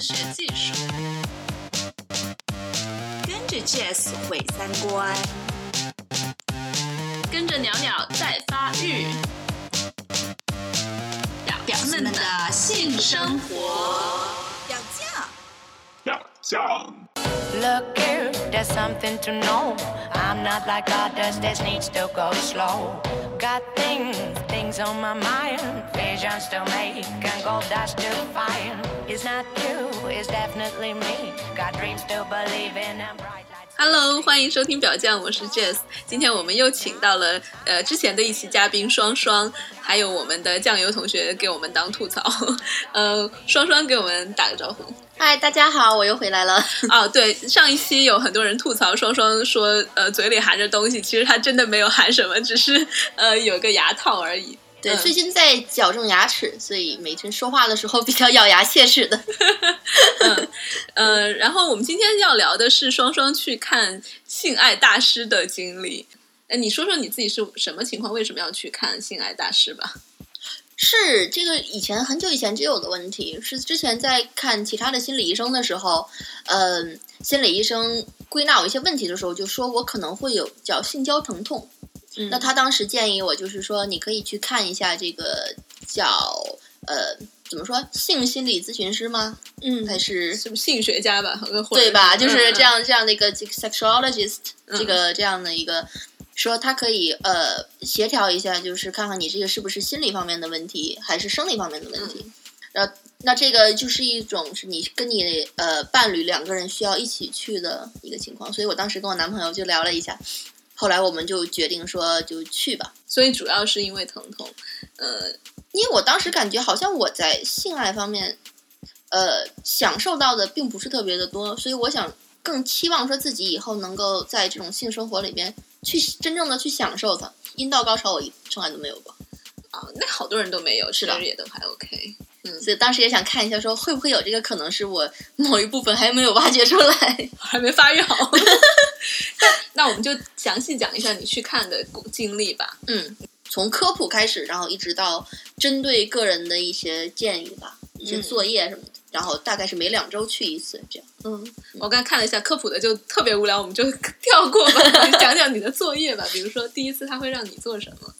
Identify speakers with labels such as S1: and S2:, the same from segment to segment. S1: 学技术，
S2: 跟着 Jazz 毁三观，
S1: 跟着鸟鸟在发育，表表们的性生活。
S2: 表酱。
S3: Look here, there's something to know. I'm not like others, this needs to go slow. Got things, things on my mind, visions to make, and gold dust to find. It's not you, it's definitely me. Got dreams to believe in and bright lights.
S1: Hello，欢迎收听表酱，我是 Jess。今天我们又请到了呃之前的一期嘉宾双双，还有我们的酱油同学给我们当吐槽。 呃，双双给我们打个招呼。
S4: 嗨，大家好，我又回来了。
S1: 啊，对，上一期有很多人吐槽双双说，呃，嘴里含着东西，其实他真的没有含什么，只是呃有个牙套而已。
S4: 对，
S1: 嗯
S4: 最近在矫正牙齿，所以每天说话的时候比较咬牙切齿的。
S1: 呃，然后我们今天要聊的是双双去看性爱大师的经历。哎，你说说你自己是什么情况？为什么要去看性爱大师吧？
S4: 是这个以前很久以前就有的问题，是之前在看其他的心理医生的时候，嗯、心理医生归纳我一些问题的时候，就说我可能会有叫性交疼痛。
S1: 嗯
S4: 那他当时建议我，就是说你可以去看一下这个叫呃怎么说性心理咨询师吗？
S1: 嗯
S4: 还 是
S1: 是不是性学家吧？或者
S4: 对吧？就是这。
S1: 嗯嗯
S4: 样这样的一个这个 sexologist
S1: 嗯
S4: 这个这样的一个说，他可以呃协调一下，就是看看你这个是不是心理方面的问题，还是生理方面的问
S1: 嗯
S4: 题。然后那这个就是一种是你跟你呃伴侣两个人需要一起去的一个情况，所以我当时跟我男朋友就聊了一下。后来我们就决定说就去吧，
S1: 所以主要是因为疼痛。呃，
S4: 因为我当时感觉好像我在性爱方面，呃，享受到的并不是特别的多，所以我想更期望说自己以后能够在这种性生活里边去真正的去享受它。阴道高潮我一从来都没有过，
S1: 啊，那好多人都没有，其
S4: 是的
S1: 实也都还 OK。
S4: 所以当时也想看一下说会不会有这个可能是我某一部分还没有挖掘出来。
S1: 还没发育 好。那那我们就详细讲一下你去看的经历吧。
S4: 嗯，从科普开始，然后一直到针对个人的一些建议吧，一些
S1: 嗯
S4: 作业什么的，然后大概是每两周去一次这样。
S1: 嗯，我刚才看了一下科普的，就特别无聊，我们就 跳过吧，你讲讲你的作业吧。比如说第一次他会让你做什么？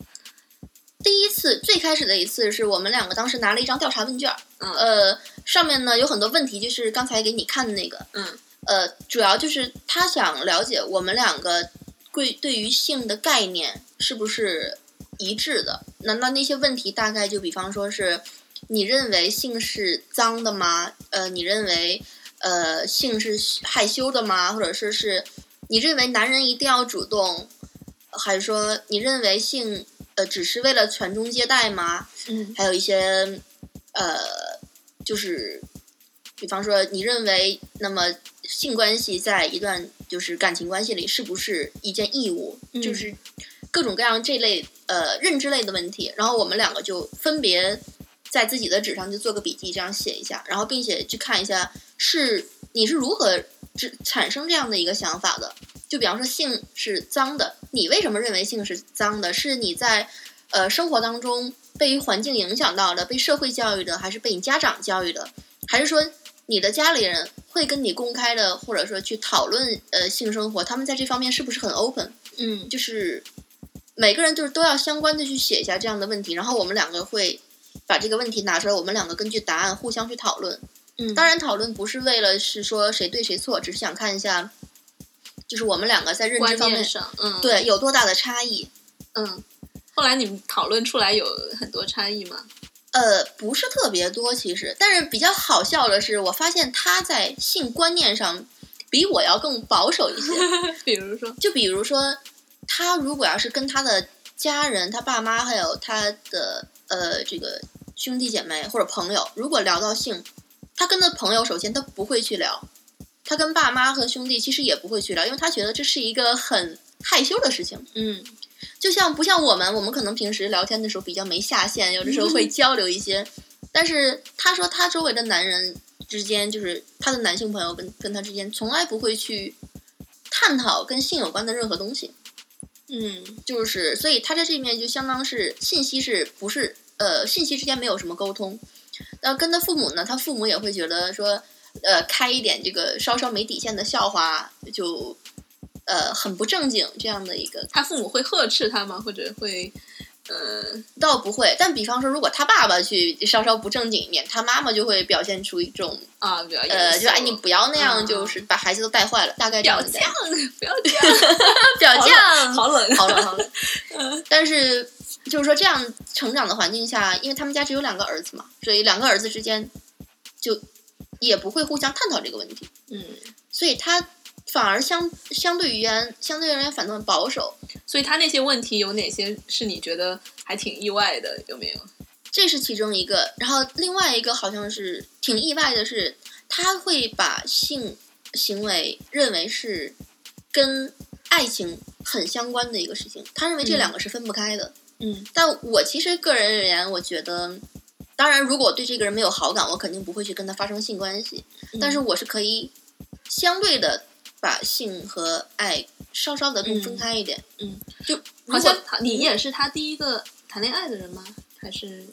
S4: 第一次最开始的一次是我们两个当时拿了一张调查问卷儿，
S1: 嗯
S4: 呃，上面呢有很多问题，就是刚才给你看的那个，
S1: 嗯，
S4: 呃，主要就是他想了解我们两个对对于性的概念是不是一致的。那那那些问题大概就比方说是，你认为性是脏的吗？呃，你认为呃性是害羞的吗？或者说是你认为男人一定要主动，还是说你认为性呃只是为了传宗接代吗？
S1: 嗯
S4: 还有一些呃，就是比方说，你认为那么性关系在一段就是感情关系里是不是一件义务？就
S1: 嗯
S4: 是各种各样这类呃认知类的问题。然后我们两个就分别在自己的纸上就做个笔记，这样写一下，然后并且去看一下是你是如何只产生这样的一个想法的。就比方说性是脏的，你为什么认为性是脏的？是你在呃生活当中被环境影响到的，被社会教育的，还是被你家长教育的，还是说你的家里人会跟你公开的或者说去讨论呃性生活，他们在这方面是不是很 open？
S1: 嗯
S4: 就是每个人就是都要相关的去写一下这样的问题，然后我们两个会把这个问题拿出来，我们两个根据答案互相去讨论。
S1: 嗯
S4: 当然，讨论不是为了是说谁对谁错，只是想看一下，就是我们两个在认知
S1: 观
S4: 方
S1: 念
S4: 面
S1: 上，嗯，，
S4: 对有多大的差异。
S1: 嗯。后来你们讨论出来有很多差异吗？
S4: 呃，不是特别多，其实，但是比较好笑的是，我发现他在性观念上比我要更保守一些。
S1: 比如说，
S4: 就比如说，他如果要是跟他的家人、他爸妈还有他的呃这个兄弟姐妹或者朋友，如果聊到性，他跟他朋友首先他不会去聊，他跟爸妈和兄弟其实也不会去聊，因为他觉得这是一个很害羞的事情。
S1: 嗯
S4: 就像不像我们，我们可能平时聊天的时候比较没下限，有的时候会交流一些。但是他说他周围的男人之间，就是他的男性朋友跟跟他之间，从来不会去探讨跟性有关的任何东西。
S1: 嗯
S4: 就是所以他在这面就相当是信息是不是呃信息之间没有什么沟通。那跟他父母呢，他父母也会觉得说。呃开一点这个稍稍没底线的笑话，就呃很不正经这样的一个
S1: 他父母会呵斥他吗？或者会，呃，
S4: 倒不会，但比方说，如果他爸爸去稍稍不正经一面，他妈妈就会表现出一种
S1: 啊，比较
S4: 呃，就哎你不要那样，
S1: 嗯
S4: 就是把孩子都带坏了，大概这
S1: 表
S4: 样的
S1: 酱， 不要这 样，
S4: 表 酱，
S1: 好冷，
S4: 好冷好冷。但是就是说，这样成长的环境下，因为他们家只有两个儿子嘛，所以两个儿子之间就也不会互相探讨这个问题，
S1: 嗯，
S4: 所以他反而相相对于言相对而言反倒很保守。
S1: 所以他那些问题有哪些是你觉得还挺意外的？有没有？
S4: 这是其中一个。然后另外一个好像是挺意外的是，他会把性行为认为是跟爱情很相关的一个事情，他认为这
S1: 嗯
S4: 两个是分不开的。
S1: 嗯
S4: 但我其实个人而言，我觉得，当然，如果我对这个人没有好感，我肯定不会去跟他发生性关系。但
S1: 嗯
S4: 是我是可以相对的把性和爱稍稍的更分开一点。
S1: 嗯，
S4: 就如
S1: 好
S4: 果
S1: 像他你也是他第一个谈恋爱的人吗？还是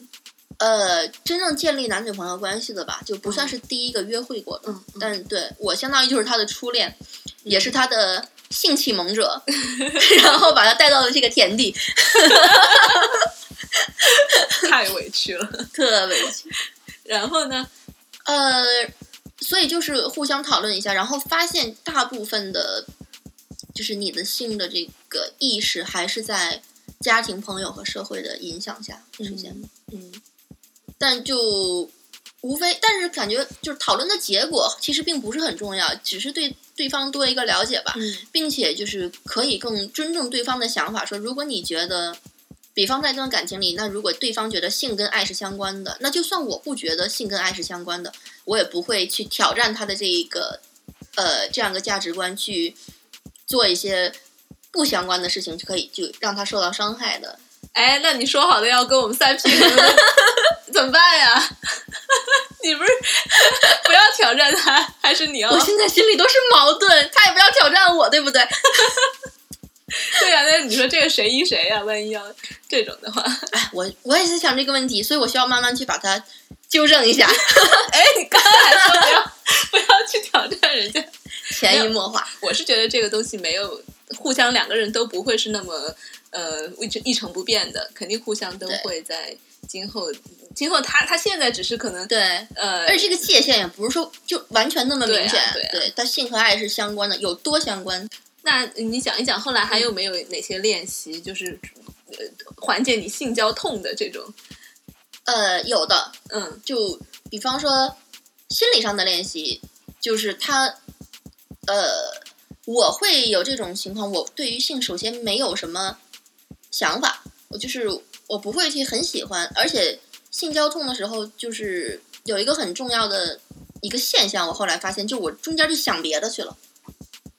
S4: 呃，真正建立男女朋友关系的吧，就不算是第一个约会过的，
S1: 嗯嗯
S4: 但对我相当于就是他的初恋，也是他的性启蒙者， 然后把他带到了这个田地，
S1: 太委屈了？
S4: 特委屈。
S1: 然后呢？
S4: 呃，所以就是互相讨论一下，然后发现大部分的，就是你的性的这个意识还是在家庭、朋友和社会的影响下实现的。
S1: 嗯
S4: 但就无非，但是感觉就是讨论的结果其实并不是很重要，只是对对方多一个了解吧，
S1: 嗯
S4: 并且就是可以更尊重对方的想法。说如果你觉得，比方在这段感情里，那如果对方觉得性跟爱是相关的，那就算我不觉得性跟爱是相关的，我也不会去挑战他的这一个呃这样一个价值观去做一些。不相关的事情可以就让他受到伤害的，
S1: 哎，那你说好的要跟我们三 P 的， 怎么办呀？ 你不是不要挑战他，还是你要
S4: 我？现在心里都是矛盾。他也不要挑战我，对不对？
S1: 对呀、那你说这个谁依谁呀、万一要这种的话，
S4: 我我也是想这个问题，所以我需要慢慢去把它纠正 一下，
S1: 哎，你刚才还说不 要不要去挑战人家，
S4: 潜移默化。
S1: 我是觉得这个东西没有互相两个人都不会是那么呃一成一成不变的，肯定互相都
S4: 对
S1: 会在今后今后他他现在只是可能
S4: 对，
S1: 呃
S4: 而且这个界限也不是说就完全那么明显
S1: 对啊，对啊
S4: 它性和爱是相关的，有多相关？
S1: 那你讲一讲，后来还有没有哪些练习，就是呃缓解你性交痛的这种？
S4: 呃，有的，
S1: 嗯
S4: 就比方说心理上的练习，就是他，呃，我会有这种情况，我对于性首先没有什么想法，我就是我不会去很喜欢，而且性交痛的时候，就是有一个很重要的一个现象，我后来发现，就我中间就想别的去了，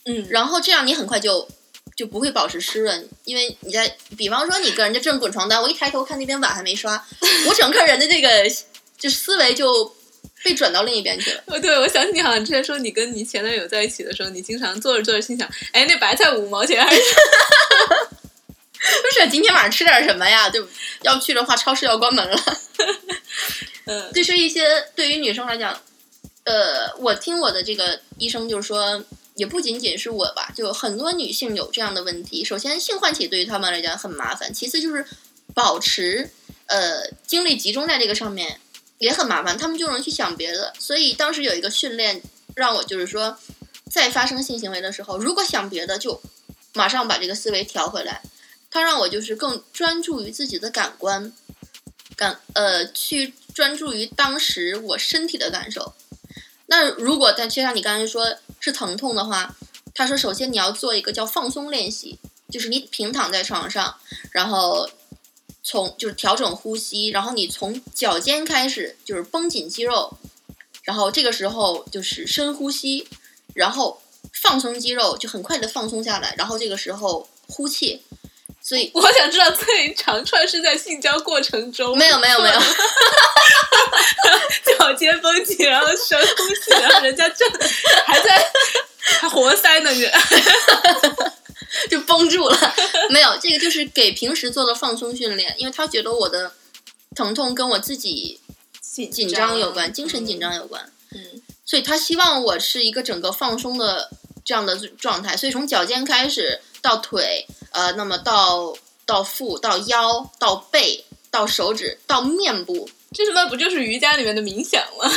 S1: 嗯，
S4: 然后这样你很快就。就不会保持湿润，因为你在，比方说你跟人家正滚床单，我一抬头看那边碗还没刷，我整个人的这个就思维就被转到另一边去了。
S1: 哦，对，我想起你好像之前说你跟你前男友在一起的时候，你经常做着做着心想，哎，那白菜五毛钱还是
S4: 不是，今天晚上吃点什么呀？对不？要去的话，超市要关门了。
S1: 嗯
S4: 就是一些对于女生来讲，呃，我听我的这个医生就是说，也不仅仅是我吧，就很多女性有这样的问题。首先，性唤起对于她们来讲很麻烦，其次就是保持呃精力集中在这个上面也很麻烦，她们就容易去想别的。所以当时有一个训练让我就是说，在发生性行为的时候，如果想别的，就马上把这个思维调回来。它让我就是更专注于自己的感官，感呃去专注于当时我身体的感受。那如果但就像你刚才说是疼痛的话，他说首先你要做一个叫放松练习，就是你平躺在床上，然后从就是调整呼吸，然后你从脚尖开始就是绷紧肌肉，然后这个时候就是深呼吸，然后放松肌肉，就很快的放松下来，然后这个时候呼气，所以
S1: 我想知道最长串是在性交过程中，
S4: 没有没有没有。
S1: 脚尖绷紧，然后深呼吸，然后人家正还在还活塞呢，你
S4: 就绷住了。没有，这个就是给平时做的放松训练，因为他觉得我的疼痛跟我自己
S1: 紧
S4: 啊紧张有关，精神紧，张有关。
S1: 嗯，
S4: 所以他希望我是一个整个放松的这样的状态。所以从脚尖开始到腿，呃，那么到到腹、到腰、到背、到手指、到面部，
S1: 这他妈不就是瑜伽里面的冥想吗？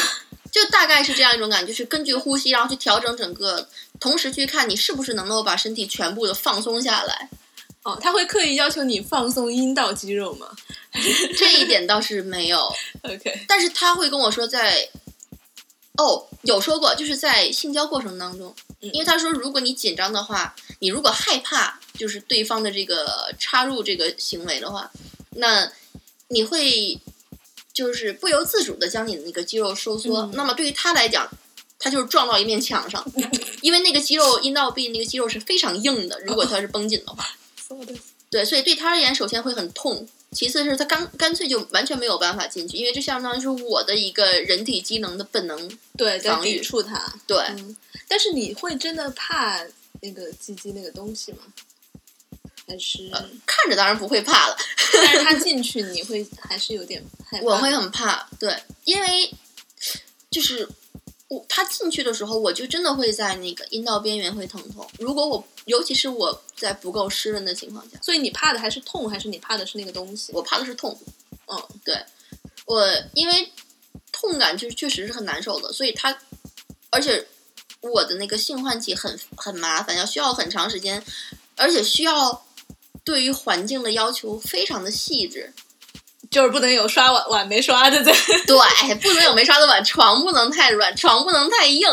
S4: 就大概是这样一种感觉，就是根据呼吸，然后去调整整个，同时去看你是不是能够把身体全部的放松下来。
S1: 哦，他会刻意要求你放松阴道肌肉吗
S4: 这一点倒是没有，
S1: ？OK，
S4: 但是他会跟我说在，哦，有说过，就是在性交过程当中，
S1: 嗯
S4: 因为他说如果你紧张的话，你如果害怕就是对方的这个插入这个行为的话，那你会就是不由自主的将你的那个肌肉收缩，
S1: 嗯
S4: 那么对于他来讲。他就是撞到一面 墙上，因为那个肌肉阴道壁那个肌肉是非常硬的，如果它是绷紧的话，
S1: そうです
S4: 对，所以对他而言，首先会很痛，其次是他干干脆就完全没有办法进去，因为这相当于是我的一个人体机能的本能。
S1: 对，在
S4: 防
S1: 抵
S4: 御
S1: 触它。
S4: 对，
S1: 嗯，但是你会真的怕那个鸡鸡那个东西吗？还是，
S4: 看着当然不会怕了，
S1: 但是它进去你会还是有点害怕？
S4: 我会很怕。对，因为就是我他进去的时候，我就真的会在那个阴道边缘会疼痛。如果我尤其是我在不够湿润的情况下，
S1: 所以你怕的还是痛，还是你怕的是那个东西？
S4: 我怕的是痛。
S1: 嗯，
S4: 对，我因为痛感就是确实是很难受的，所以它，而且我的那个性唤起很很麻烦，要需要很长时间，而且需要对于环境的要求非常的细致。
S1: 就是不能有刷碗碗没刷的，对 不对？
S4: 对，不能有没刷的碗，床不能太软，床不能太硬，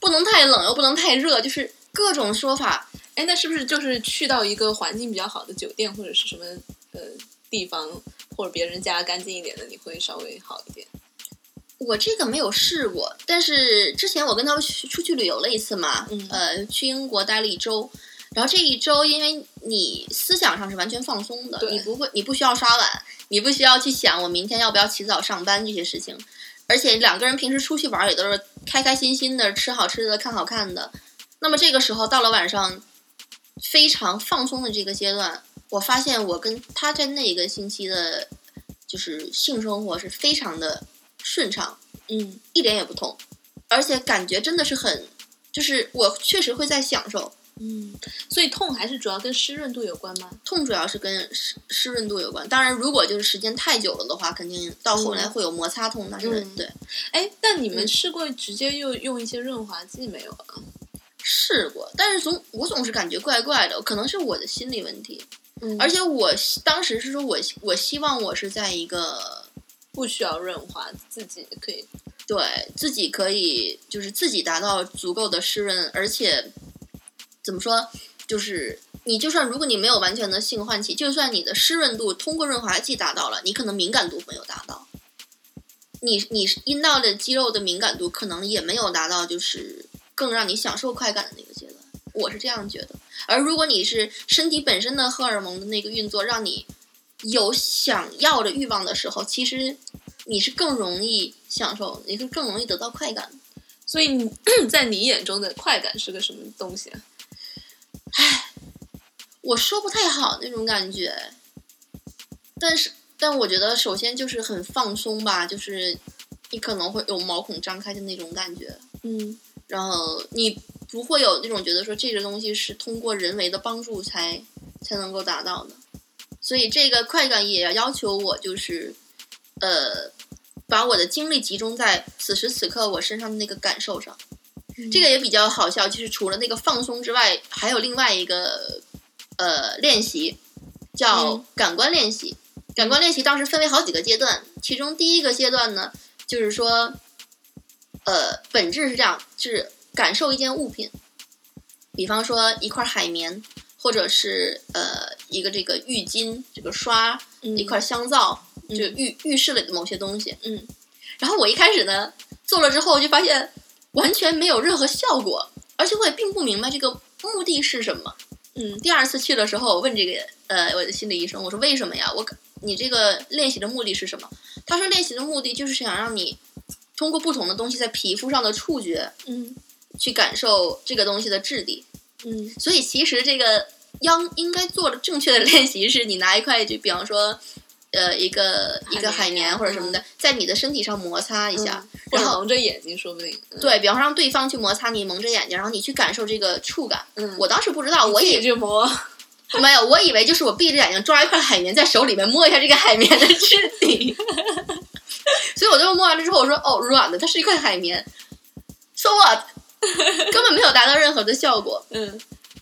S4: 不能太冷又不能太热，就是各种说法。
S1: 哎，那是不是就是去到一个环境比较好的酒店或者是什么呃地方，或者别人家干净一点的，你会稍微好一点？
S4: 我这个没有试过，但是之前我跟他们去出去旅游了一次嘛，
S1: 嗯
S4: 呃，去英国待了一周，然后这一周因为你思想上是完全放松的，
S1: 对
S4: 你不会，你不需要刷碗，你不需要去想我明天要不要起早上班这些事情，而且两个人平时出去玩儿也都是开开心心的，吃好吃的，看好看的。那么这个时候到了晚上，非常放松的这个阶段，我发现我跟他在那一个星期的，就是性生活是非常的顺畅，
S1: 嗯，
S4: 一点也不痛，而且感觉真的是很，就是我确实会在享受。
S1: 嗯，所以痛还是主要跟湿润度有关吗？
S4: 痛主要是跟湿湿润度有关，当然如果就是时间太久了的话，肯定到后来
S1: 嗯
S4: 会有摩擦痛，那是、
S1: 嗯
S4: 对。
S1: 哎，那你们
S4: 嗯
S1: 试过直接又用一些润滑剂没有啊？
S4: 试过，但是总我总是感觉怪怪的，可能是我的心理问题。
S1: 嗯
S4: 而
S1: 而
S4: 且我希当时是说我希我希望我是在一个
S1: 不需要润滑，自己可以。
S4: 对自己可以就是自己达到足够的湿润，而且怎么说，就是你就算如果你没有完全的性唤起，就算你的湿润度通过润滑剂达到了，你可能敏感度没有达到，你你阴道的肌肉的敏感度可能也没有达到，就是更让你享受快感的那个阶段。我是这样觉得，而如果你是身体本身的荷尔蒙的那个运作，让你有想要的欲望的时候，其实你是更容易享受，你是更容易得到快感的。
S1: 所以你 在你眼中的快感是个什么东西啊？
S4: 我说不太好那种感觉，但是但我觉得首先就是很放松吧，就是你可能会有毛孔张开的那种感觉，
S1: 嗯，
S4: 然后你不会有那种觉得说这个东西是通过人为的帮助才才能够达到的，所以这个快感也要求我就是，呃，把我的精力集中在此时此刻我身上的那个感受上。这个也比较好笑，就是除了那个放松之外，还有另外一个呃练习叫
S1: 嗯
S4: 感官练习。感官练习当时分为好几个阶段，其中第一个阶段呢，就是说，呃，本质是这样，是感受一件物品，比方说一块海绵，或者是呃一个这个浴巾、这个刷、
S1: 嗯
S4: 一块香皂，
S1: 嗯
S4: 就浴浴室里的某些东西。
S1: 嗯，
S4: 然后我一开始呢做了之后，就发现完全没有任何效果，而且我也并不明白这个目的是什么。
S1: 嗯
S4: 第二次去的时候，我问这个呃我的心理医生，我说为什么呀？我你这个练习的目的是什么？他说练习的目的就是想让你通过不同的东西在皮肤上的触觉
S1: 嗯
S4: 去感受这个东西的质地。
S1: 嗯
S4: 所以其实这个要应该做的正确的练习是，你拿一块，就比方说，呃，一个一个
S1: 海
S4: 海
S1: 绵嗯
S4: 绵或者什么的，在你的身体上摩擦一下，
S1: 或者
S4: 然后
S1: 蒙着眼睛，说不定。嗯，
S4: 对，比方说让对方去摩擦你蒙着眼睛，然后你去感受这个触感。
S1: 嗯，
S4: 我当时不知道，我
S1: 自己
S4: 以
S1: 去 磨，
S4: 没有，我以为就是我闭着眼睛抓一块海绵在手里面摸一下这个海绵的质地， 所以我就摸完了之后我说哦软的，它是一块海绵，so what，根本没有达到任何的效果。
S1: 嗯，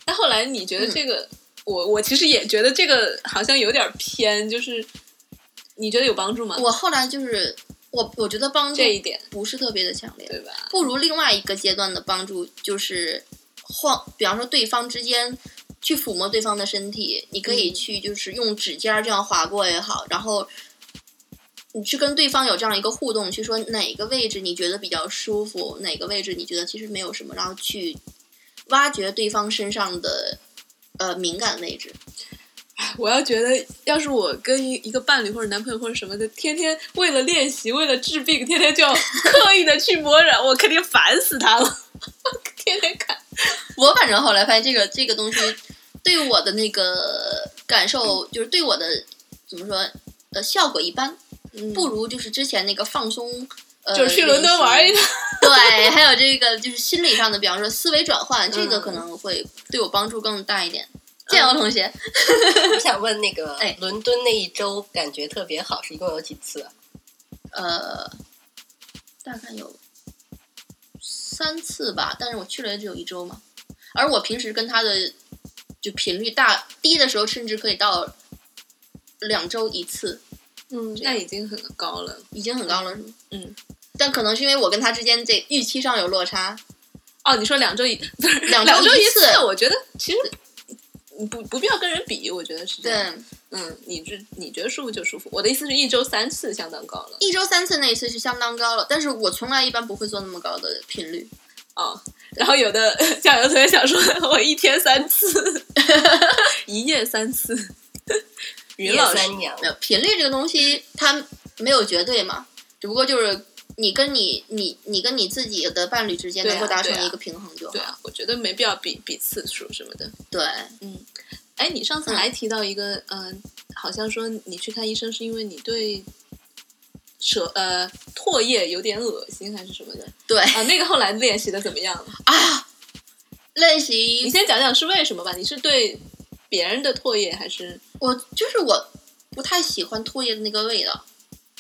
S1: 那后来你觉得这个，我我其实也觉得这个好像有点偏，就是你觉得有帮助吗？
S4: 我后来就是我我觉得帮助
S1: 这一点，
S4: 不是特别的强烈，
S1: 对吧？
S4: 不如另外一个阶段的帮助，就是换，比方说对方之间去抚摸对方的身体，你可以
S1: 嗯
S4: 去就是用指尖儿这样划过也好，然后你去跟对方有这样一个互动，去说哪个位置你觉得比较舒服，哪个位置你觉得其实没有什么，然后去挖掘对方身上的呃敏感位置。
S1: 我要觉得，要是我跟一一个伴侣或者男朋友或者什么的，天天为了练习、为了治病，天 天就要刻意的去磨染，我肯定烦死他了。 天天看，
S4: 我反正后来发现这个这个东西对我的那个感受，就是对我的怎么说呃效果一般，不如就是之前那个放松。呃、
S1: 嗯就是去伦敦玩一
S4: 趟，
S1: 趟。
S4: 对，还有这个就是心理上的，比方说思维转换，这个
S1: 嗯
S4: 可能会对我帮助更大一点。建欧同学，
S5: 嗯我想问那个
S4: 哎
S5: 伦敦那一周感觉特别好，是一共有几次啊？
S4: 呃，大概有三次吧，但是我去了也只有一周嘛。而我平时跟他的就频率大低的时候，甚至可以到两周一次，
S1: 嗯，那已经很高了。
S4: 已经很高了，是吗？
S1: 嗯。
S4: 但可能是因为我跟他之间这预期上有落差，
S1: 哦，你说 两周一不是
S4: 两周
S1: 周
S4: 一
S1: 一
S4: 次
S1: 我觉得其实不不必要跟人比，我觉得是这
S4: 对，
S1: 样。嗯，你这你觉得舒服就舒服。我的意思是一周三次，相当高了。
S4: 一周三次那一次是相当高了，但是我从来一般不会做那么高的频率，
S1: 哦，然后有的酱油同学想说， 我一天三次， 一夜三次。 云
S5: 叶
S1: 老师，
S5: 三娘
S4: 没有频率这个东西，它没有绝对嘛，只不过就是你跟你你你跟你自己的伴侣之间
S1: 对啊
S4: 能够达
S1: 对
S4: 成
S1: 啊
S4: 一个平衡就好。
S1: 对啊，我觉得没必要比比次数什么的。
S4: 对，
S1: 哎，你上次还提到一个，嗯、好像说你去看医生是因为你对舌呃唾液有点恶心还是什么的
S4: 对
S1: 啊、那个后来练习的怎么样 了？
S4: 啊，练
S1: 你
S4: 习
S1: 先讲讲是为什么吧？你是对别人的唾液还是？
S4: 我就是我不太喜欢唾液的那个味道，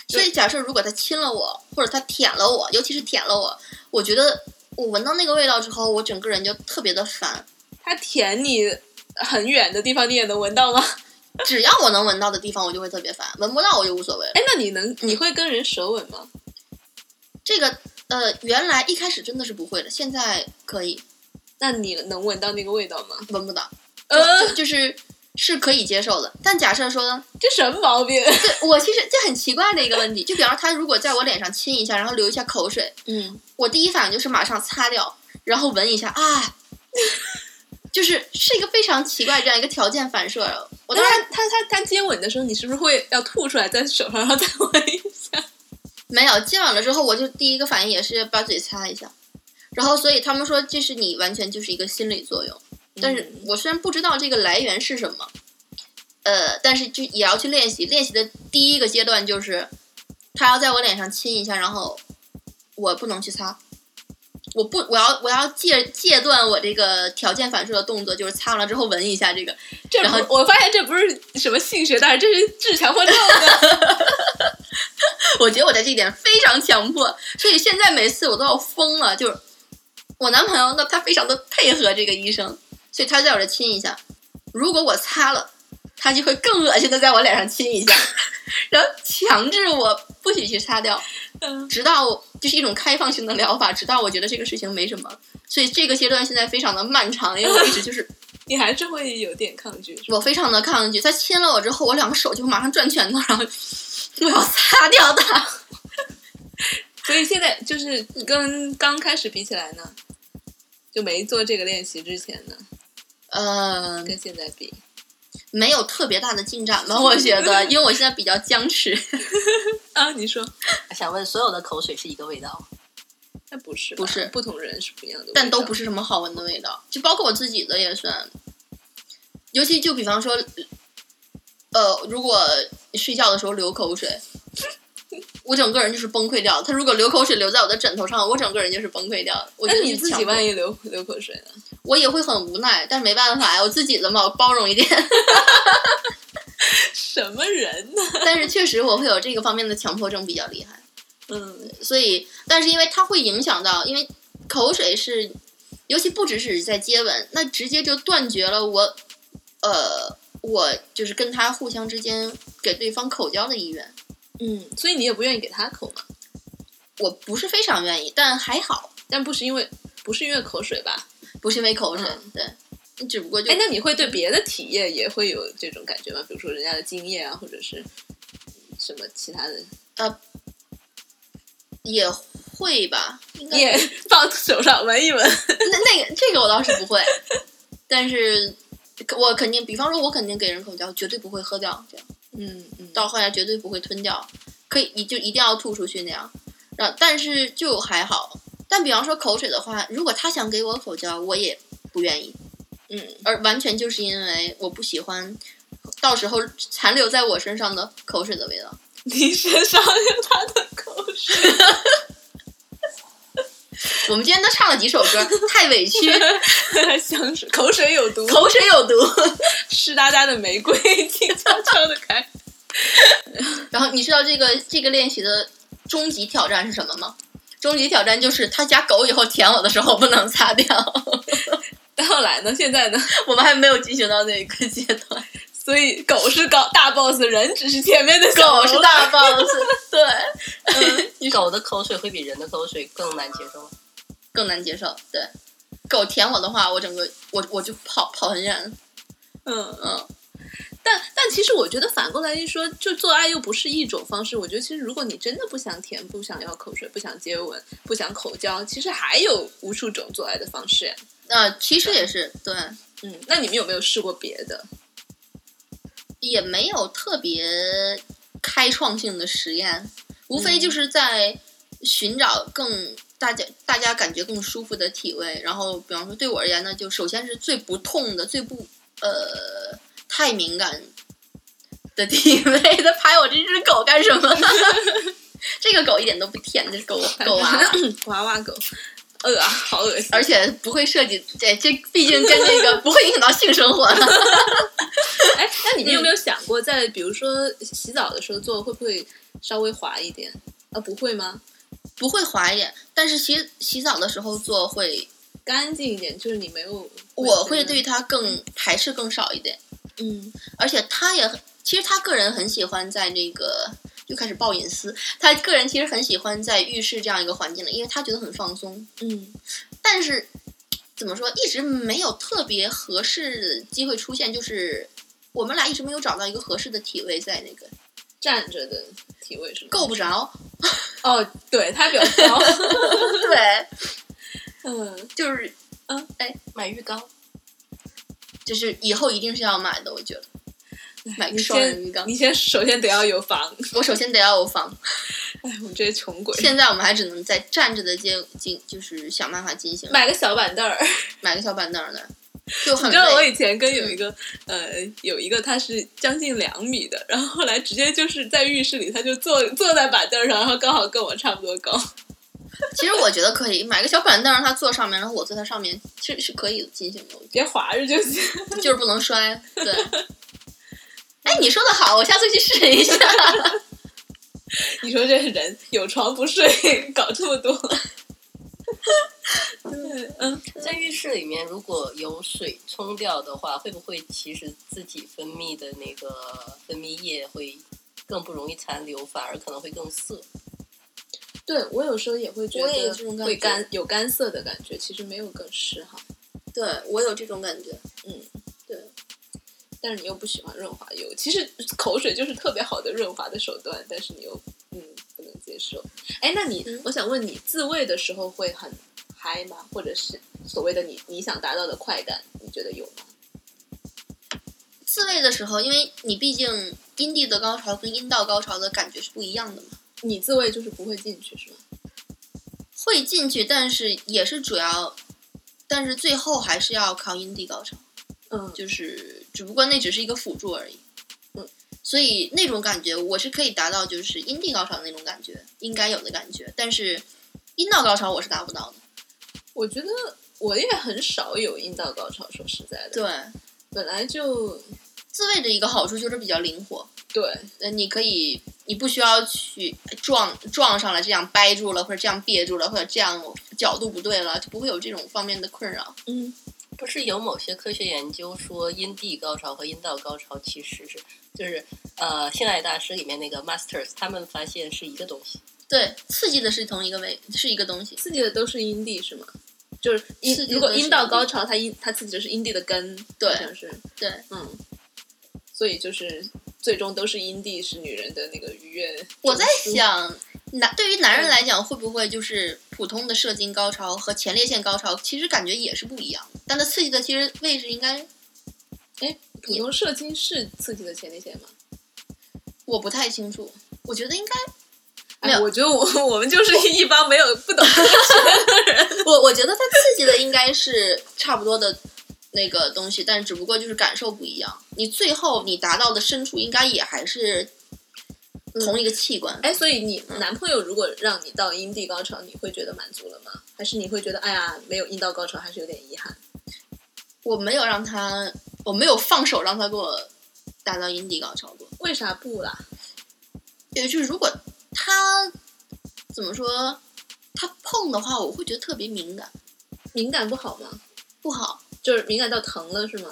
S1: 就
S4: 所以假设如果他亲了我，或者他舔了我，尤其是舔了我，我觉得我闻到那个味道之后，我整个人就特别的烦。
S1: 他舔你很远的地方，你也能闻到吗？
S4: 只要我能闻到的地方，我就会特别烦；闻不到我就无所谓了。
S1: 哎，那你能你会跟人舌吻吗？
S4: 这个呃，原来一开始真的是不会的，现在可以
S1: 那你能闻到那个味道吗？
S4: 闻不到，
S1: 呃，
S4: 就就是是可以接受的。但假设说，
S1: 这什么毛病？
S4: 对我其实这很奇怪的一个问题，就比方说他如果在我脸上亲一下，然后流一下口水，
S1: 嗯，
S4: 我第一反应就是马上擦掉，然后闻一下啊， 就是是一个非常奇怪这样一个条件反射。我
S1: 我
S4: 当
S1: 当
S4: 然
S1: 然，他他他接吻的时候，你是不是会要吐出来在手上，然后再闻一下？
S4: 没有接吻了之后，我就第一个反应也是把嘴擦一下，然后所以他们说这是你完全就是一个心理作用，但是我虽然不知道这个来源是什么，呃，但是就也要去练习。练习的第一个阶段就是他要在我脸上亲一下，然后我不能去擦。我不，我要我要戒戒断我这个条件反射的动作，就是擦完了之后闻一下这个，
S1: 这
S4: 然
S1: 不
S4: 后
S1: 是，我发现这不是什么性学大师，这是治强迫症 的。
S4: 我觉得我在这一点非常强迫，所以现在每次我都要疯了。就是我男朋友，那他非常的配合这个医生，所以他在我这亲一下，如果我擦了，他就会更恶心的在我脸上亲一下， 然后强制我不许去擦掉，
S1: 嗯
S4: 直到我就是一种开放性的疗法，直到我觉得这个事情没什么。所以这个阶段现在非常的漫长，因为我一直就是
S1: 你还是会有点抗拒，是吧？
S4: 我非常的抗拒。他亲了我之后，我两个手就马上攥拳头，然后 我要擦掉他。
S1: 所以现在就是跟刚开始比起来呢，就没做这个练习之前呢，
S4: 呃，
S1: 跟现在比，
S4: 没有特别大的进展吧，我觉得，因为我现在比较僵持。
S1: 啊，你说
S5: 我想问，所有的口水是一个味道吗？
S1: 那不是吧
S4: 不是
S1: 不同人是不一样的味道，
S4: 但都不是什么好闻的味道，就包括我自己的也算。尤其就比方说，呃，如果你睡觉的时候流口水，我整个人就是崩溃掉。他如果流口水流在我的枕头上，我整个人就是崩溃掉的。我觉
S1: 那
S4: 得
S1: 你自己
S4: 吧
S1: 万，一流流口水呢？
S4: 我也会很无奈，但是没办法呀，我自己的嘛，我包容一点。
S1: 什么人呢？
S4: 但是确实我会有这个方面的强迫症比较厉害，
S1: 嗯
S4: 所以但是因为它会影响到，因为口水是，尤其不只是在接吻，那直接就断绝了我，呃，我就是跟他互相之间给对方口交的意愿。
S1: 嗯，所以你也不愿意给他口嘛？
S4: 我不是非常愿意，但还好，
S1: 但不是因为不是因为口水吧？
S4: 不是因为口水，对，只不过就
S1: 哎，那你会对别的体液也会有这种感觉吗？比如说人家的精液啊，或者是什么其他的
S4: 呃也会吧， 应该
S1: 液放手上闻一闻。
S4: 那那个这个我倒是不会， 但是我肯定，比方说我肯定给人口交，绝对不会喝掉，这样
S1: 嗯嗯，
S4: 到后来绝对不会吞掉，可以你就一定要吐出去那样，然后但是就还好，但比方说口水的话，如果他想给我口交，我也不愿意，
S1: 嗯
S4: 而完全就是因为我不喜欢。到时候残留在我身上的口水的味道，
S1: 你身上有他的口水。
S4: 我们今天都唱了几首歌，太委屈，
S1: 香水口水有毒，
S4: 口水有毒。
S1: 湿哒哒的玫瑰静悄悄的开。
S4: 然后你知道这个这个练习的终极挑战是什么吗？终极挑战就是他家狗以后舔我的时候不能擦掉。
S1: 但后来呢？现在呢？
S4: 我们还没有进行到那一个阶段，
S1: 所以狗是高大 boss，人只是前面的小
S4: 狗
S1: 喽
S4: 是
S1: 啰
S4: 大 boss，对，
S5: 狗的口水会比人的口水更难接受。
S4: 更难接受。对，狗舔我的话，我整个我我就跑跑很远。
S1: 嗯，
S4: 嗯，
S1: 但但其实我觉得反过来一说，就做爱又不是一种方式。我觉得其实如果你真的不想舔，不想要口水，不想接吻，不想口交，其实还有无数种做爱的方式呀。
S4: 啊、其实也是对，
S1: 嗯，那你们有没有试过别的？
S4: 也没有特别开创性的实验，无非就是在寻找更大家大家感觉更舒服的体位。然后，比方说对我而言呢，就首先是最不痛的、最不呃太敏感的体位。它拍我这只狗干什么？ 这个狗一点都不舔，这狗狗娃、啊。
S1: 娃娃狗，恶啊，好恶心！
S4: 而且不会涉及，这这毕竟跟那 个不会影响到性生活了。
S1: 哎，那
S4: 嗯
S1: 你们有没有想过，在比如说洗澡的时候做，会不会稍微滑一点？啊，不会吗？
S4: 不会滑一点，但是洗洗澡的时候做会
S1: 干净一点，就是你没有。
S4: 我会对他更排斥更少一点，
S1: 嗯，
S4: 而且他也很，其实他个人很喜欢在这个又开始爆隐私，他个人其实很喜欢在浴室这样一个环境的，因为他觉得很放松。
S1: 嗯
S4: 但是怎么说，一直没有特别合适的机会出现，就是我们俩一直没有找到一个合适的体位，在那个
S1: 站着的体位是吗？
S4: 够不着。
S1: 哦，对，它比较高。
S4: 对，
S1: 嗯，
S4: 就是
S5: 买浴缸，
S4: 就是以后一定是要买的，我觉得。
S1: 哎
S4: 买个
S1: 你
S4: 双人浴
S1: 先，
S4: 缸
S1: 你，先首先得要有房。
S4: 我首先得要有房，
S1: 哎，我们这些穷鬼，
S4: 现在我们还只能在站着的阶进，就是想办法进行。
S1: 买个小板 凳儿。
S4: 买个小板凳儿的，就很
S1: 你知道我
S4: 累。
S1: 以前跟有一个呃有一个他是将近两米的，然后后来直接就是在浴室里，他就坐坐在板凳上，然后刚好跟我差不多高。
S4: 其实我觉得可以买个小板凳，让他坐上面，然后我坐他上面，是是可以进行的，我
S1: 别滑着就行。
S4: 觉得就是不能摔。对。哎，你说的好，我下次去试 一下。
S1: 你说这人有床不睡，搞这么 多。对，嗯，
S5: 在浴室里面如果有水冲掉的话，会不会其实自己分泌的那个分泌液会更不容易残留，反而可能会更涩？
S1: 对我有时候也会觉
S4: 我也有这种
S1: 得
S4: 感
S1: 会
S4: 觉
S1: 干有干涩的感觉，其实没有更湿哈，
S4: 对我有这种感觉，
S1: 但是你又不喜欢润滑油，其实口水就是特别好的润滑的手段，但是你又嗯不能接受。哎，那你、
S4: 嗯
S1: 我想问你，自慰的时候会很嗨吗？或者是所谓的你你想达到的快感，你觉得有吗？
S4: 自慰的时候，因为你毕竟阴蒂的高潮跟阴道高潮的感觉是不一样的嘛，
S1: 你自慰就是不会进去是吗？
S4: 会进去，但是也是主要，但是最后还是要靠阴蒂高潮。
S1: 嗯，
S4: 就是只不过那只是一个辅助而已。
S1: 嗯，
S4: 所以那种感觉我是可以达到，就是阴蒂高潮那种感觉，应该有的感觉。但是阴道高潮我是达不到的。
S1: 我觉得我也很少有阴道高潮，说实在的，，
S4: 对，
S1: 本来就
S4: 自慰的一个好处就是比较灵活，
S1: 对，
S4: 呃，你可以，你不需要去撞撞上了，这样掰住了，或者这样憋住了，或者这样角度不对了，就不会有这种方面的困扰。
S1: 嗯，
S5: 不是有某些科学研究说阴蒂高潮和阴道高潮其实是就是呃性爱大师里面那个 masters 他们发现是一个东西，
S4: 对，刺激的是同一个位，是一个东西。
S1: 刺激的都是阴蒂是吗？就是阴
S4: 刺激的
S1: 如果
S4: 都是
S1: 阴道
S4: 阴蒂
S1: 高潮，它阴它刺激的是阴蒂的根，
S4: 对
S1: 好像是
S4: 对，
S1: 嗯，所以就是最终都是阴蒂是女人的那个愉悦。
S4: 我在，想，男对于男人来讲，会不会就是普通的射精高潮和前列腺高潮，其实感觉也是不一样的，但它刺激的其实位置应该
S1: 普通射精是刺激的前列腺吗？
S4: 我不太清楚，我觉得应该
S1: 哎，
S4: 没有
S1: 我觉得我 我们就是一帮没有不 懂科学的人。
S4: 我我觉得它刺激的应该是差不多的那个东西，但只不过就是感受不一样。你最后你达到的深处应该也还是同一个器官。
S1: 哎，所以你男朋友如果让你到阴蒂高潮，你会觉得满足了吗？还是你会觉得哎呀，没有阴道高潮还是有点遗憾？
S4: 我没有让他，我没有放手让他给我达到阴蒂高潮过。
S1: 为啥不啦？
S4: 也就是如果他怎么说，他碰的话，我会觉得特别敏感，
S1: 敏感不好吗？
S4: 不好。
S1: 就是敏感到疼了是 吗？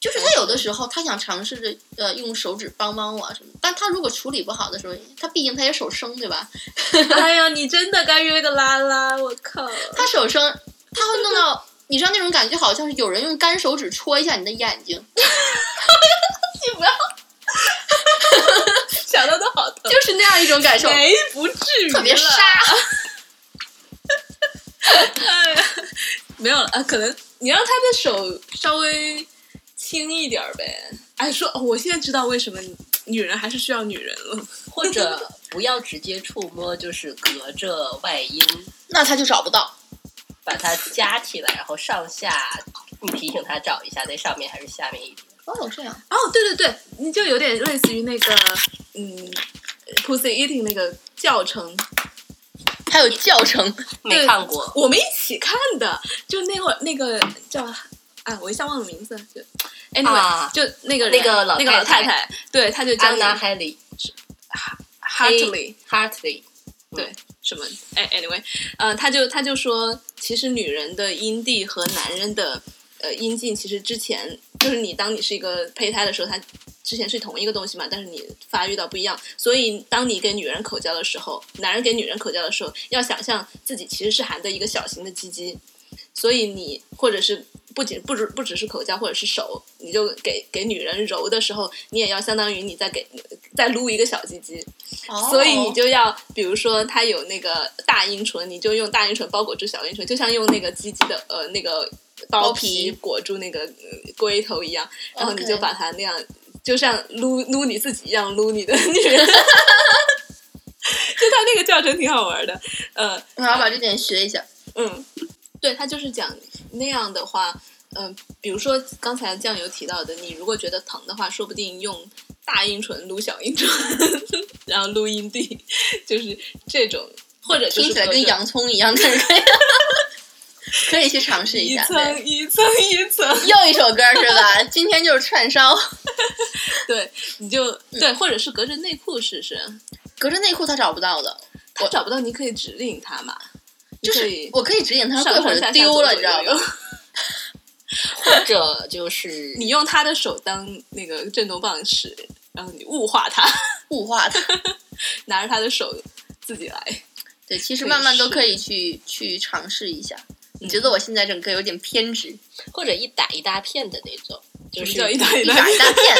S4: 就是他有的时候他想尝试着呃用手指帮帮我啊什么，但他如果处理不好的时候，他毕竟他也手生对吧？
S1: 哎呀，你真的该约个拉拉，我靠！
S4: 他手生，他会弄到，你知道那种感觉，好像是有人用干手指戳一下你的眼睛，
S1: 你不要想到都好疼，
S4: 就是那样一种感受，
S1: 没不至于啦，
S4: 特别沙。
S1: 哎呀没有了啊，可能你让他的手稍微轻一点儿呗。哎，说哦我现在知道为什么女人还是需要女人了。哦
S5: 或者不要直接触摸，就是隔着外阴
S4: 那他就找不到。
S5: 把它夹起来，然后上下你提醒他找一下在上面还是下面一点。
S4: 哦，这样
S1: 哦，对对对，你就有点类似于那个嗯，pussy eating 那个教程，
S4: 还有教程，
S5: 没看过，
S1: 我们一起看的，就那会儿那个叫啊，我一下忘了名字，就 anyway，、
S5: 啊
S1: 就那个人
S5: 那个老
S1: 那个老太
S5: 太太
S1: 太，对，她就教
S5: 安
S1: 你
S5: 娜·海里
S1: Hartley
S5: Hartley
S1: 什么，哎，anyway，呃，她就她就说，其实女人的阴蒂和男人的呃阴茎，其实之前就是你当你是一个胚胎的时候，它之前是同一个东西嘛，但是你发育到不一样，所以当你给女人口交的时候，男人给女人口交的时候，要想象自己其实是含的一个小型的鸡鸡，所以你或者是不仅不只不只是口交，或者是手，你就给给女人揉的时候，你也要相当于你在给在撸一个小鸡鸡，所
S4: 哦
S1: 以你就要比如说它有那个大阴唇，你就用大阴唇包裹住小阴唇，就像用那个鸡鸡的呃那个包
S4: 包
S1: 皮
S4: 皮
S1: 裹住那个呃龟头一样，然后你
S4: OK
S1: 就把它那样就像撸撸你自己一样撸你的女人。 就他那个教程挺好玩的，呃，
S4: 哦我要把这点学一下。
S1: 嗯，对他就是讲那样的话，嗯、比如说刚才酱油提到的，你如果觉得疼的话，说不定用大阴唇撸小阴唇， 然后撸阴蒂，就是这种，或者就
S4: 听
S1: 是
S4: 起来跟
S1: 隔着
S4: 洋葱一样，但是可以 可以去尝试
S1: 一
S4: 下。对
S1: 层一层一 层，
S4: 又一首歌是吧？今天就是串烧，
S1: 对，你就
S4: 嗯
S1: 对，或者是隔着内裤试试，
S4: 隔着内裤他找不到的，
S1: 他找不到你可以指令他嘛，你
S4: 就
S1: 可
S4: 是
S1: 以
S4: 我可以指引他，
S1: 上
S4: 过一
S1: 上
S4: 会儿
S1: 下下
S4: 就丢了，
S1: 左
S4: 你知道
S1: 右
S4: 吗？
S5: 或者就是
S1: 你用他的手当那个震动棒使，然后你物化他，
S4: 物化它。
S1: 拿着他的手自己来。
S4: 对，其实
S1: 可以
S4: 慢慢都
S1: 试
S4: 可以去去尝试一下。
S1: 嗯
S4: 你觉得我现在整个有点 偏执，
S5: 或者一打一大片的那种，就
S1: 什么
S5: 是
S1: 叫一打一
S4: 一打一 大片，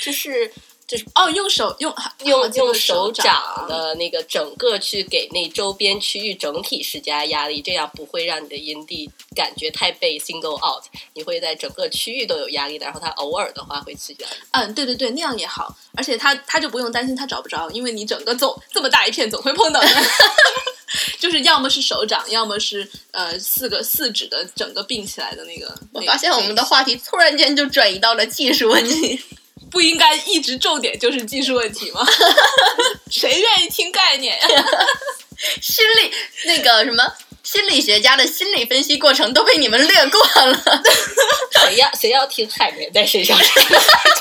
S5: 就是就是
S1: 哦，用手用
S5: 用用
S1: 手
S5: 手掌，的那个整个去给那周边区域整体施加压力，这样不会让你的阴蒂感觉太被 single out，你会在整个区域都有压力的。然后它偶尔的话会刺激到你。
S1: 嗯，对对对，那样也好，而且他他就不用担心他找不着，因为你整个总这么大一片总会碰到的， 就是要么是手掌，要么是呃四个四指的整个并起来的那个。那
S4: 我
S1: 个
S4: 发现我们的话题突然间就转移到了技术问题。
S1: 不应该一直重点就是技术问题吗？ 谁愿意听概念呀？
S4: 心理那个什么心理学家的心理分析过程都被你们略过了。
S5: 谁要谁要听海绵在身上？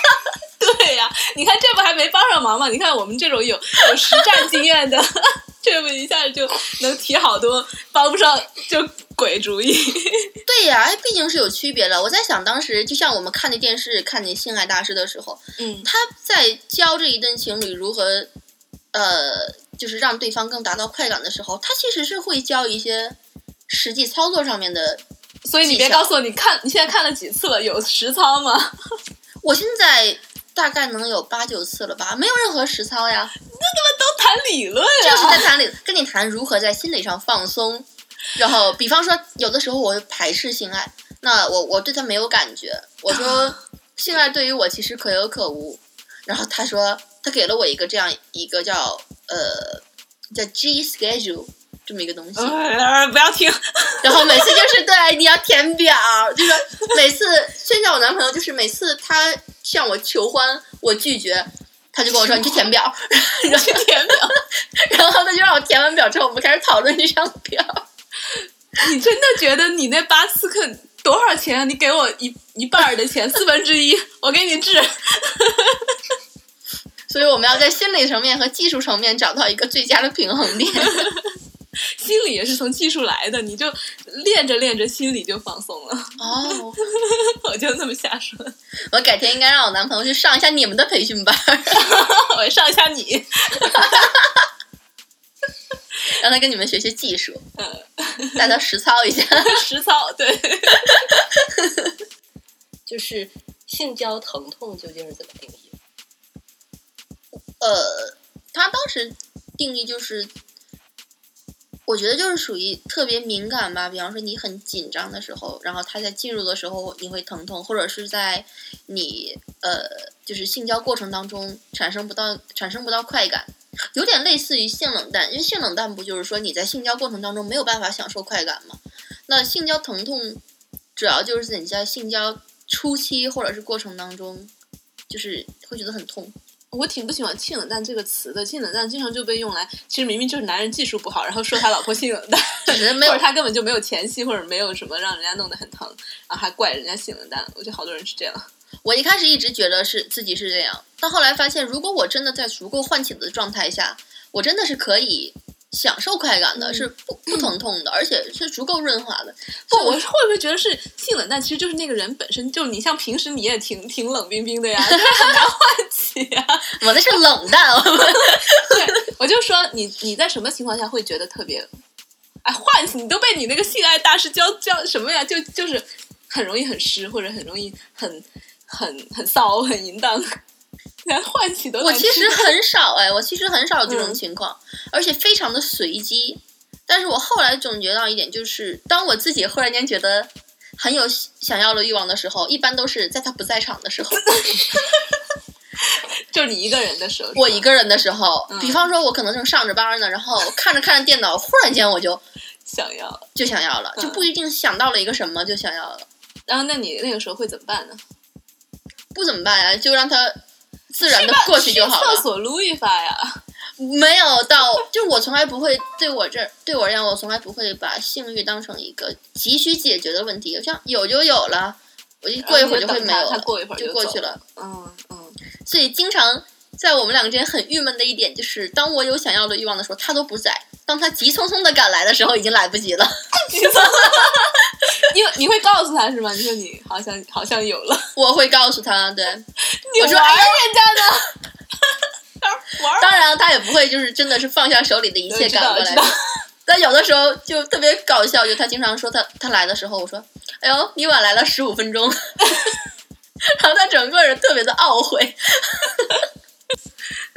S1: 对呀、你看这不还没帮上忙吗？你看我们这种有有实战经验的， 这不一下就能提好多帮不上就鬼主意。
S4: 对呀、哎，毕竟是有区别的。我在想，当时就像我们看那电视看那《性爱大师》的时候，
S1: 嗯，
S4: 他在教这一对情侣如何，呃，就是让对方更达到快感的时候，他其实是会教一些实际操作上面的。
S1: 所以你别
S4: 技巧
S1: 告诉我你看你现在看了几次了？有实操吗？
S4: 我现在大概能有八九次了吧，没有任何实操呀，
S1: 都谈理论呀、
S4: 就是在谈里跟你谈如何在心理上放松。然后，比方说，有的时候我会排斥性爱，那我我对他没有感觉，我说性爱对于我其实可有可无。然后他说，他给了我一个这样一个叫呃叫 G schedule 这么一个东西，
S1: 呃不要听，
S4: 然后每次就是对你要填表，就是每次现在我男朋友就是每次他向我求欢，我拒绝，他就跟我说你去填表， 然后去填表，然后他就让我填完表之后，我们开始讨论这张表。
S1: 你真的觉得你那八次课多少钱啊？你给我一一半儿的 钱，四分之一，我给你治。
S4: 所以我们要在心理层面和技术层面找到一个最佳的平衡点。
S1: 心理也是从技术来的，你就练着练着，心理就放松了。
S4: 哦，
S1: 我就这么瞎说，
S4: 我改天应该让我男朋友去上一下你们的培训班，
S1: 我上一下你。
S4: 让他跟你们学学技术，带他实操一下。
S1: 实操，对，
S5: 就是性交疼痛究竟是怎么定义的？
S4: 呃，他当时定义就是，我觉得就是属于特别敏感吧。比方说你很紧张的时候，然后他在进入的时候你会疼痛，或者是在你呃就是性交过程当中产生不到产生不到快感，有点类似于性冷淡，因为性冷淡不就是说你在性交过程当中没有办法享受快感吗？那性交疼痛主要就是你在性交初期或者是过程当中，就是会觉得很痛。
S1: 我挺不喜欢“性冷淡”这个词的，“性冷淡”经常就被用来，其实明明就是男人技术不好，然后说他老婆性冷淡，
S4: 只是 没
S1: 或
S4: 有
S1: 者他根本就没有前戏，或者没有什么让人家弄得很疼，然后还怪人家性冷淡。我觉得好多人是这样。
S4: 我一开始一直觉得是自己是这样，但后来发现，如果我真的在足够唤醒的状态下，我真的是可以享受快感的，
S1: 嗯
S4: 是不不疼痛的，而且是足够润滑的。
S1: 不，我会不会觉得是性冷淡？其实就是那个人本身，就是你像平时你也挺挺冷冰冰的呀，就是很难唤起呀。
S4: 我那是冷 淡，
S1: 对，我就说你你在什么情况下会觉得特别，哎，唤醒你都被你那个性爱大师教教什么呀？就就是很容易很湿，或者很容易很很很骚，很淫荡，连唤起都
S4: 我
S1: 难
S4: 其实
S1: 听
S4: 很少哎，我其实很少有这种
S1: 嗯
S4: 情况，而且非常的随机。但是我后来总结到一点，就是当我自己忽然间觉得很有想要的欲望的时候，一般都是在他不在场的时候。
S1: 就是你一个人的时候，
S4: 我一
S1: 个
S4: 个人的时候，
S1: 嗯
S4: 比方说，我可能正上着班呢，然后看着看着电脑，忽然间我就
S1: 想要。
S4: 就想要了，就
S1: 嗯
S4: 不一定想到了一个什么就想要了，
S1: 然后那你那个时候会怎么办呢？
S4: 不怎么办呀？就让它自然的过去就好
S1: 去厕
S4: 了。
S1: 所撸一发呀！
S4: 没有到，就是我从来不会对我这对我而言，我从来不会把性欲当成一个急需解决的问题，像有就有了，我就过一会儿就会没
S1: 然
S4: 有
S1: 后啊你就等它它
S4: 了，
S1: 过一会儿
S4: 就
S1: 就
S4: 过
S1: 走
S4: 去
S1: 了
S4: 了。
S1: 嗯嗯，
S4: 所以经常在我们两个之间很郁闷的一点就是，当我有想要的欲望的时候，他都不在。当他急匆匆的赶来的时候，已经来不及了。
S1: 因为你会告诉他是吗？你说你好像好像有了，
S4: 我会告诉他，对，
S1: 你
S4: 我说
S1: 玩
S4: 哎
S1: 儿
S4: 呀
S1: 人家 呢，玩儿
S4: 当然他也不会就是真的是放下手里的一切
S1: 知道
S4: 赶过来
S1: 知道。
S4: 但有的时候就特别搞笑，就他经常说他他来的时候，我说：“哎呦，你晚来了十五 分钟。”然后他整个人特别的懊悔。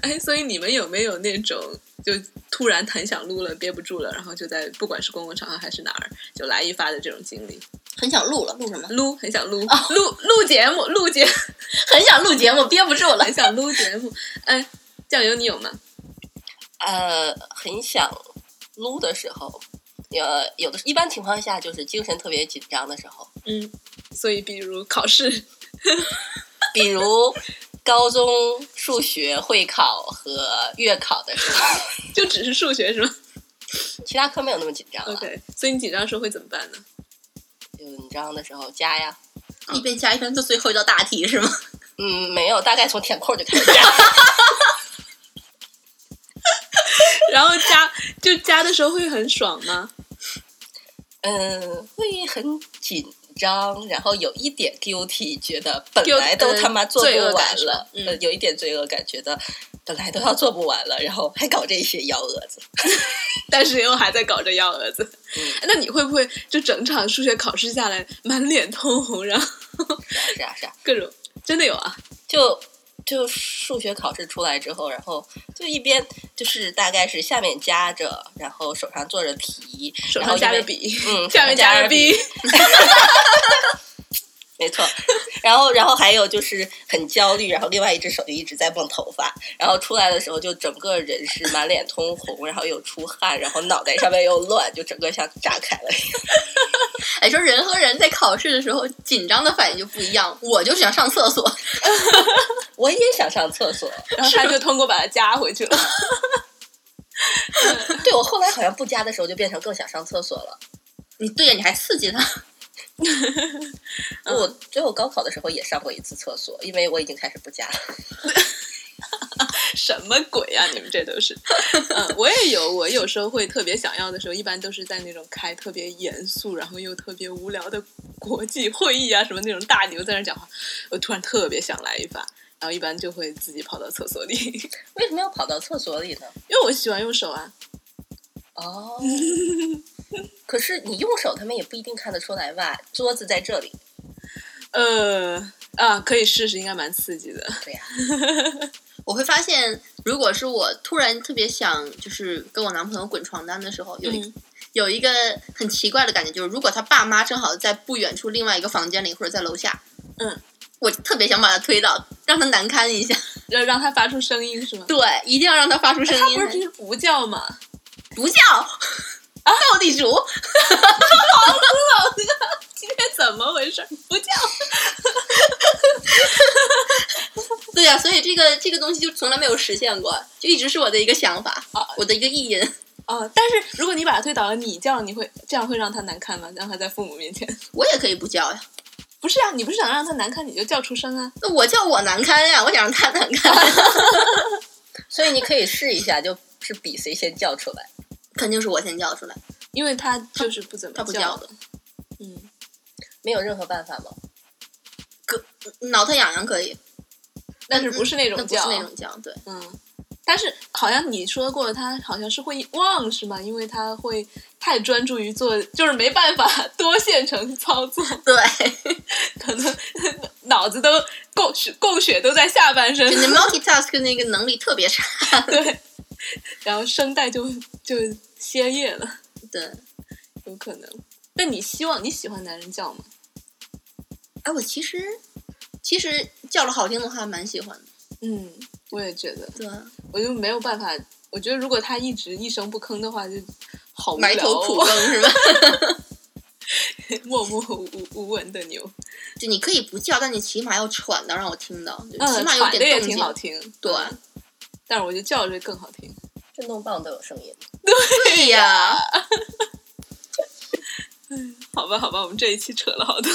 S1: 哎，所以你们有没有那种就突然很想撸了，憋不住了，然后就在不管是公共场合还是哪儿，就来一发的这种经历？
S4: 很想录了，录什么？哦
S1: 撸，很想撸，录录节目，录节，
S4: 很想啊录节目，憋不住了
S1: 很。想撸节目。哎，酱油你有吗？
S5: 呃，很想撸的时候，呃，有的一般情况下就是精神特别紧张的时候，
S1: 嗯，所以比如考试，
S5: 比如高中数学会考和月考的时 候，
S1: 就只是数学是吗
S5: 其他科没有那么紧张了。
S1: ？OK，所以你紧张的时候会怎么办呢？
S5: 有紧张的时候加呀，
S4: 一边加一边做最后一道大题是吗？
S5: 嗯，没有，大概从填空就开始加。
S1: 然后加就加的时候会很爽吗？
S5: 嗯，会很紧张，然后有一点 guilty，觉得本
S1: Guilt-
S5: 来都他妈做
S1: 呃罪恶
S5: 不
S1: 感
S5: 完
S1: 是吧
S5: 了，
S1: 嗯
S5: 呃有一点罪恶感，觉得本来都要做不完了，然后还搞这些幺蛾子。
S1: 但是又还在搞着幺蛾子，
S5: 嗯，
S1: 那你会不会就整场数学考试下来满脸通红，然后
S5: 是啊是啊是啊，
S1: 各种真的有啊？
S5: 就就数学考试出来之后，然后就一边就是大概是下面夹着，然后手上做着题，
S1: 手
S5: 然后
S1: 上夹
S5: 因
S1: 着
S5: 为
S1: 笔，
S5: 嗯，
S1: 下面
S5: 夹
S1: 夹着笔，
S5: 没错，然后然后还有就是很焦虑，然后另外一只手就一直在碰头发，然后出来的时候就整个人是满脸通红，然后又出汗，然后脑袋上面又乱，就整个像炸开了 一样。
S4: 哎，说人和人在考试的时候紧张的反应就不一样，我就想上厕所。
S5: 我也想上厕所，
S1: 然后他就通过把它加回去了。
S5: 对我后来好像不加的时候就变成更想上厕所了。
S4: 你对呀，你还刺激他，
S1: 嗯
S5: 我最后高考的时候也上过一次厕所，因为我已经开始不加了。
S1: 什么鬼啊！你们这都是，嗯，我也有，我有时候会特别想要的时候，一般都是在那种开特别严肃，然后又特别无聊的国际会议啊，什么那种大牛在那讲话，我突然特别想来一发，然后一般就会自己跑到厕所里， 因
S5: 为什么要跑到厕所里呢？
S1: 为我喜欢用手啊，
S5: 哦，可是你用手他们也不一定看得出来吧？桌子在这里，
S1: 呃啊，可以试试，应该蛮刺激的。
S5: 对呀、
S4: 我会发现，如果是我突然特别想就是跟我男朋友滚床单的时候，有一、
S1: 嗯
S4: 有一个很奇怪的感觉，就是如果他爸妈正好在不远处另外一个房间里或者在楼下，
S1: 嗯，
S4: 我特别想把他推倒，让他难堪一下。
S1: 要让它发出声音是吗？
S4: 对，一定要让他发出声
S1: 它
S4: 音
S1: 哎不是就
S4: 来。
S1: 是不叫吗？
S4: 不 叫，斗 地主。
S1: 今天怎么回事？不叫。
S4: 对呀、所以这个这个东西就从来没有实现过，就一直是我的一个想法，
S1: 啊
S4: 我的一个意淫。
S1: 哦，但是如果你把它推倒了，你叫你会这样会让他难堪吗？让他在父母面前？
S4: 我也可以不叫呀，
S1: 不是啊，你不是想让他难堪，你就叫出声啊。
S4: 那我叫我难堪呀，我想让他难堪，
S5: 所以你可以试一下，就是比谁先叫出来。
S4: 肯定是我先叫出来，
S1: 因为他就是不怎么
S4: 他不
S1: 叫
S4: 叫的。
S1: 嗯，
S5: 没有任何办法吗？
S4: 挠他痒痒可以，
S1: 但是不是那
S4: 嗯那
S1: 种
S4: 不是
S1: 叫，
S4: 那种叫， 对，
S1: 嗯。但是好像你说过，他好像是会忘是吗？因为他会太专注于做，就是没办法多线程操作，
S4: 对，
S1: 可能脑子都供血供血都在下半身
S4: 就，你 multitask 那个能力特别差，
S1: 对，然后声带就就歇业了，
S4: 对。
S1: 有可能。但你希望你喜欢男人叫吗？
S4: 哎，我其实其实叫了好听的话，蛮喜欢的，
S1: 嗯，我也觉得。
S4: 对啊，
S1: 我就没有办法。我觉得如果他一直一声不吭的话，就好无聊
S4: 埋头 苦
S1: 哦，
S4: 耕是吧？
S1: 默默无无闻的牛。
S4: 就你可以不叫，但你起码要喘到让我听到，就起
S1: 嗯，
S4: 码有
S1: 喘的也
S4: 点
S1: 挺
S4: 动静。
S1: 好听，
S4: 对
S1: 嗯但是我觉得叫着更好听。
S5: 震动棒都有声音。
S4: 对呀，
S1: 好吧，好吧，我们这一期扯了好 多，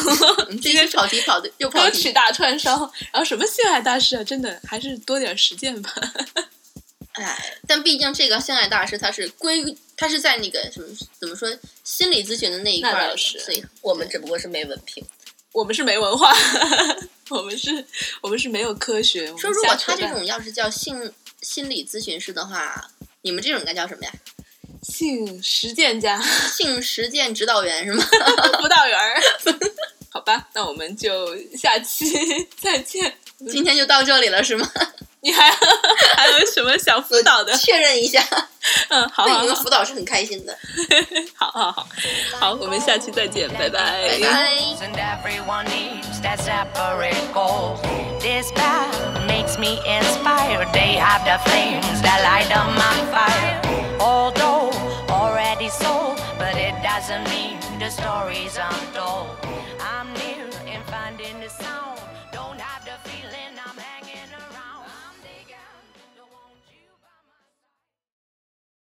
S4: 你嗯这些跑题跑的又跑
S1: 歌
S4: 题
S1: 曲，大串烧，然后什么性爱大师啊，真的还是多点实践吧。
S4: 哎，但毕竟这个性爱大师他是归于他是在那个什么怎么说心理咨询的那一块
S1: 那
S4: 儿
S1: 倒
S4: 的，
S1: 是
S4: 所以
S5: 我们只不过是没文凭。
S1: 我们是没文化， 我们是，我们是没有科学。我们
S4: 说如果
S1: 瞎扯
S4: 他这
S1: 淡
S4: 种要是叫性心理咨询师的话，你们这种应该叫什么呀？
S1: 性实践家，
S4: 性实践指导员是吗？
S1: 辅导员 儿。好吧，那我们就下期 再见。
S4: 今天就到这里了是吗？？
S1: 你还还有什么想 辅导的
S4: 确认一下，
S1: 嗯，好
S4: 对
S1: 好
S4: 你们
S1: 好
S4: 辅导是很开心的。
S1: 好好好，好，我们下期再见，
S4: 拜拜
S3: And everyone needs that separate goal. This path makes me inspired. They have the flames that light up my fire. Although already sold, but it doesn't mean the stories I'm told. I'm near and finding the sound.